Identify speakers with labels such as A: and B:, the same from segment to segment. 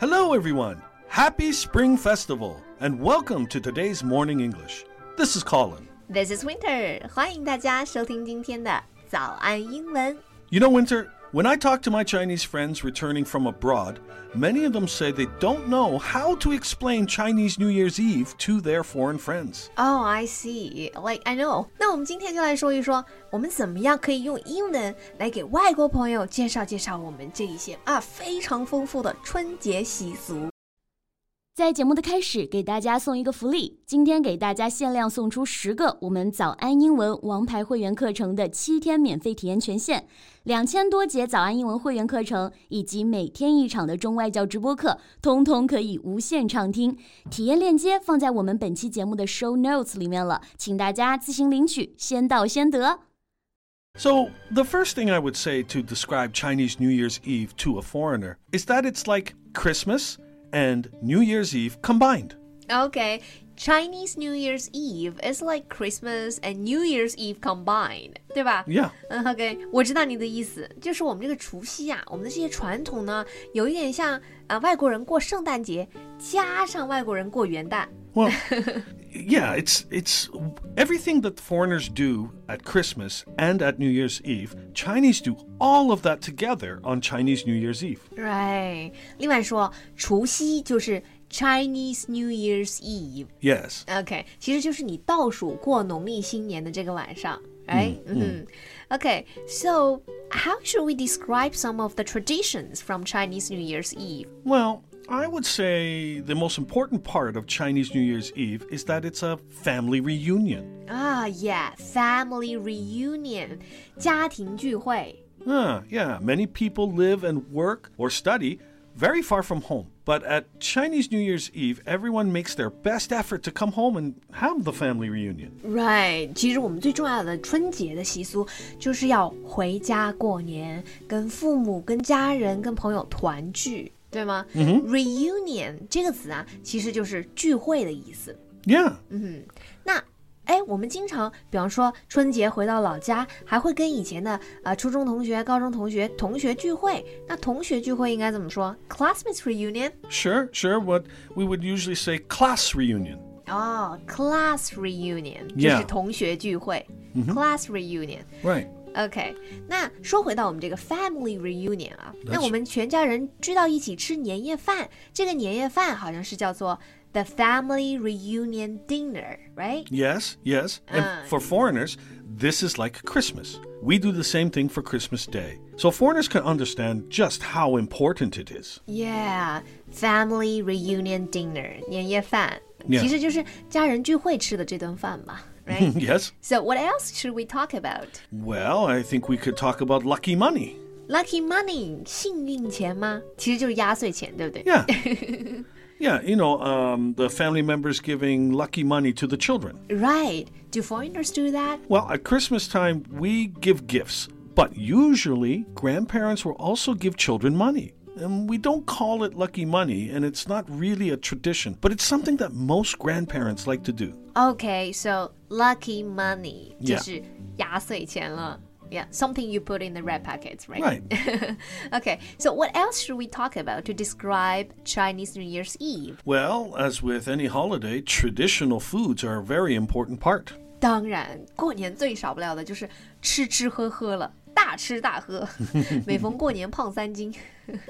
A: Hello, everyone. Happy Spring Festival, and welcome to today's Morning English. This is Colin.
B: This is Winter，欢迎大家收听今天的早安英文。
A: You know, Winter, when I talk to my Chinese friends returning from abroad, many of them say they don't know how to explain Chinese New Year's Eve to their foreign friends.
B: Oh, I see. Like I know. 那我们今天就来说一说，我们怎么样可以用英文来给外国朋友介绍介绍我们这一些啊非常丰富的春节习俗。
C: 在节目的开始，给大家送一个福利，今天给大家限量送出十个我们早安英文王牌会员课程的七天免费体验权限，两千多节早安英文会员课程以及每天一场的中外教直播课，通通可以无限畅听。体验链接放在我们本期节目的 show notes 里面了，请大家自行领取，先到先得。
A: So, the first thing I would say to describe Chinese New Year's Eve to a foreigner is that it's like Christmas and New Year's Eve combined.
B: Okay, Chinese New Year's Eve is like Christmas and New Year's Eve combined，对吧？
A: Yeah.
B: 嗯，OK，我知道你的意思，就是我们这个除夕啊，我们的这些传统呢，有一点像啊、呃外国人过圣诞节，加上外国人过元旦。
A: Well, yeah, it's it's everything that foreigners do at Christmas and at New Year's Eve. Chinese do all of that together on Chinese New Year's Eve.
B: Right。另外说，除夕就是 Chinese New Year's Eve。
A: Yes.
B: OK，其实就是你倒数过农历新年的这个晚上，right？嗯哼 OK, so how should we describe some of the traditions from Chinese New Year's Eve?
A: Well, I would say the most important part of Chinese New Year's Eve is that it's a family reunion.
B: 啊、y e a h family reunion，家庭聚会。
A: Ah, yeah, many people live and work or study very far from home. But at Chinese New Year's Eve, everyone makes their best effort to come home and have the family reunion.
B: Right，其实我们最重要的春节的习俗就是要回家过年，跟父母、跟家人、跟朋友团聚，对吗、r e u n i o n 这个词啊，其实就是聚会的意思。
A: Yeah.
B: 那哎，我们经常，比方说春节回到老家，还会跟以前的呃初中同学、高中同学同学聚会。那同学聚会应该怎么说？Classmates reunion。
A: Sure, sure. What we would usually say class reunion.
B: 哦、c l a s s Oh, reunion 就
A: Yeah
B: 是同学聚会。Class reunion。
A: Right.
B: OK，那说回到我们这个 family reunion 啊，
A: That's-
B: 那我们全家人聚到一起吃年夜饭，这个年夜饭好像是叫做 the family reunion dinner，right？
A: Yes, yes. And
B: Ah.
A: for foreigners, this is like Christmas. We do the same thing for Christmas Day. So foreigners can understand just how important it is.
B: Yeah, family reunion dinner 年夜饭
A: Yeah.
B: 其实就是家人聚会吃的这顿饭 嘛，right？
A: yes.
B: so what else should we talk about?
A: Well, I think we could talk about lucky money.
B: Lucky money 幸运钱吗？其实就是压岁钱，对不对
A: Yeah. yeah, you know, um, the family members giving lucky money to the children.
B: Right? Do foreigners do that?
A: Well, at Christmas time, we give gifts, but usually grandparents will also give children money. And we don't call it lucky money, and it's not really a tradition, but it's something that most grandparents like to do.
B: Okay, so lucky money
A: Yeah.
B: 就是压岁钱了。Yeah, something you put in the red packets, right?
A: Right.
B: okay, so what else should we talk about to describe Chinese New Year's Eve?
A: Well, as with any holiday, traditional foods are a very important part.
B: 当然，过年最少不了的就是吃吃喝喝了，大吃大 喝。每逢过年胖三斤。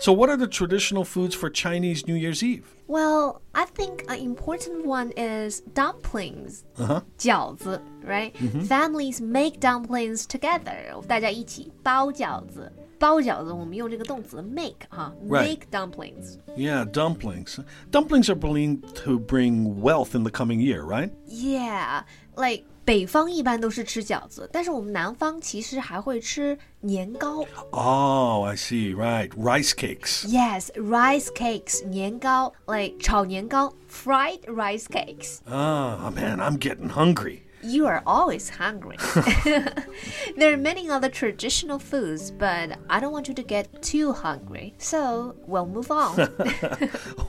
A: So, what are the traditional foods for Chinese New Year's Eve?
B: Well, I think an important one is dumplings.
A: Uh-huh. Mm-hmm.
B: 饺子，right？、Families make dumplings together，大家一起包饺子。包饺子，我们用这个动词 make 哈、m a
A: Right.
B: k e dumplings。
A: Yeah, dumplings. Dumplings are believed to bring wealth in the coming year, right?
B: Yeah，like 北方一般都是吃饺子，但是我们南方其实还会吃年糕。
A: Oh, I see, right. Rice cakes.
B: Yes，rice cakes，年糕，like 炒年糕，fried rice cakes。
A: Ah, man, I'm getting hungry.
B: You are always hungry. there are many other traditional foods, but I don't want you to get too hungry. So we'll move on.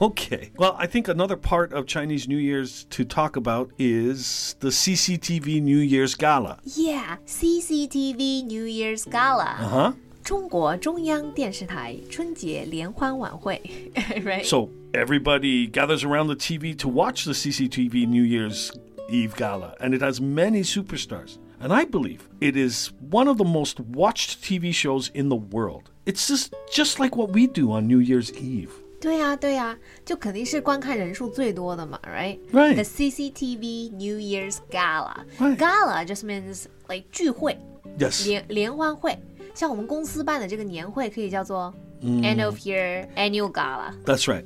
A: Okay. Well, I think another part of Chinese New Year's to talk about is the CCTV New Year's Gala.
B: yeah, CCTV New Year's Gala.
A: Uh huh.
B: 中国中央电视台春节联欢晚会 ，right？
A: So everybody gathers around the TV to watch the CCTV New Year's Eve gala, and it has many superstars. And I believe it is one of the most watched TV shows in the world. It's just just like what we do on New Year's Eve.
B: 对呀、对呀、就肯定是观看人数最多的嘛，right？
A: Right.
B: The CCTV New Year's Gala.
A: Right.
B: Gala just means like 聚会、
A: Yes.
B: 联联欢会。像我们公司办的这个年会可以叫做 End of Year Annual Gala。
A: That's right.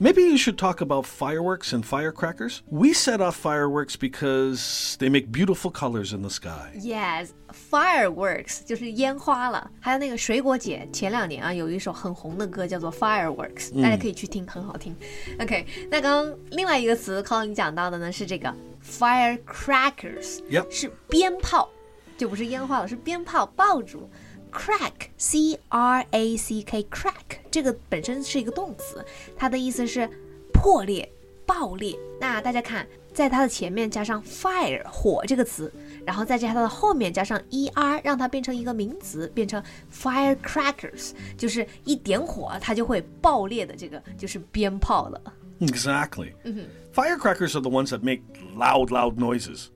A: Maybe you should talk about fireworks and firecrackers. We set off fireworks because they make beautiful colors in the sky.
B: Yes, fireworks 就是烟花了。还有那个水果姐，前两年啊有一首很红的歌叫做 Fireworks，、大家可以去听，很好听。OK，那刚刚另外一个词 Colin 讲到的呢是这个 firecrackers，、
A: Yep
B: 是鞭炮，就不是烟花了，是鞭炮爆竹。Crack, C R A C K, crack 这个本身是一个动词，它的意思是破裂、爆裂。那大家看，在它的前面加上 fire 火这个词，然后再加它的后面加上 er，让它变成一个名词，变成 firecrackers，就是一点火它就会爆裂的这个就是鞭炮了。
A: Exactly. Firecrackers are the ones that make loud, loud noises.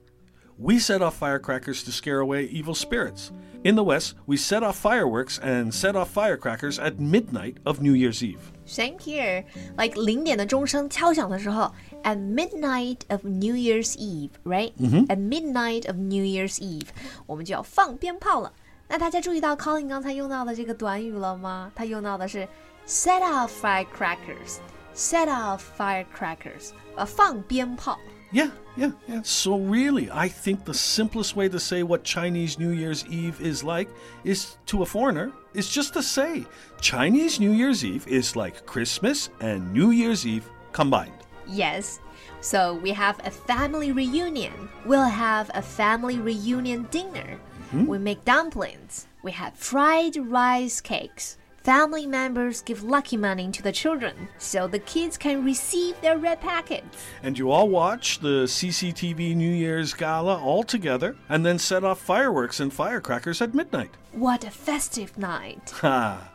A: We set off firecrackers to scare away evil spirits. In the West, we set off fireworks and set off firecrackers at midnight of New Year's Eve.
B: Same here. Like 零点的钟声敲响的时候，at midnight of New Year's Eve, right?、At midnight of New Year's Eve，我们就要放鞭炮了。那大家注意到 Colin 刚才用到的这个短语了吗？他用到的是 set off firecrackers, set off firecrackers，呃，放鞭炮。
A: Yeah, yeah, yeah. So, really, I think the simplest way to say what Chinese New Year's Eve is like is to a foreigner, is just to say Chinese New Year's Eve is like Christmas and New Year's Eve combined.
B: Yes. So we have a family reunion. We'll have a family reunion dinner. We make dumplings. We have fried rice cakes. Family members give lucky money to the children so the kids can receive their red packets.
A: And you all watch the CCTV New Year's Gala all together and then set off fireworks and firecrackers at midnight.
B: What a festive night!
A: Ha!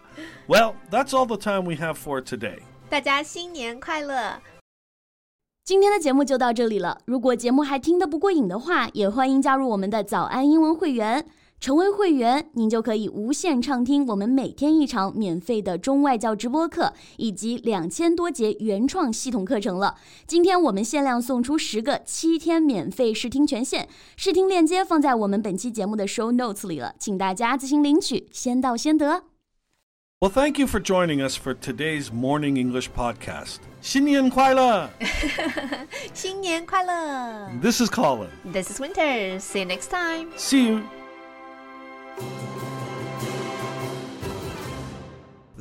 A: Well, that's all the time we have for today.
B: 大家新年快乐！
C: 今天的节目就到这里了。如果节目还听得不过瘾的话，也欢迎加入我们的早安英文会员。成为会员，您就可以无限畅听我们每天一场免费的中外教直播课，以及两千多节原创系统课程了。今天我们限量送出十个七天免费试听权限，试听链接放在我们本期节目的 show notes 里了，请大家自行领取，先到先得。
A: Well, thank you for joining us for today's Morning English podcast. 新年 Kuala!
B: 新年快乐
A: This is Colin.
B: ！This is Winter. See you next time.
A: See you.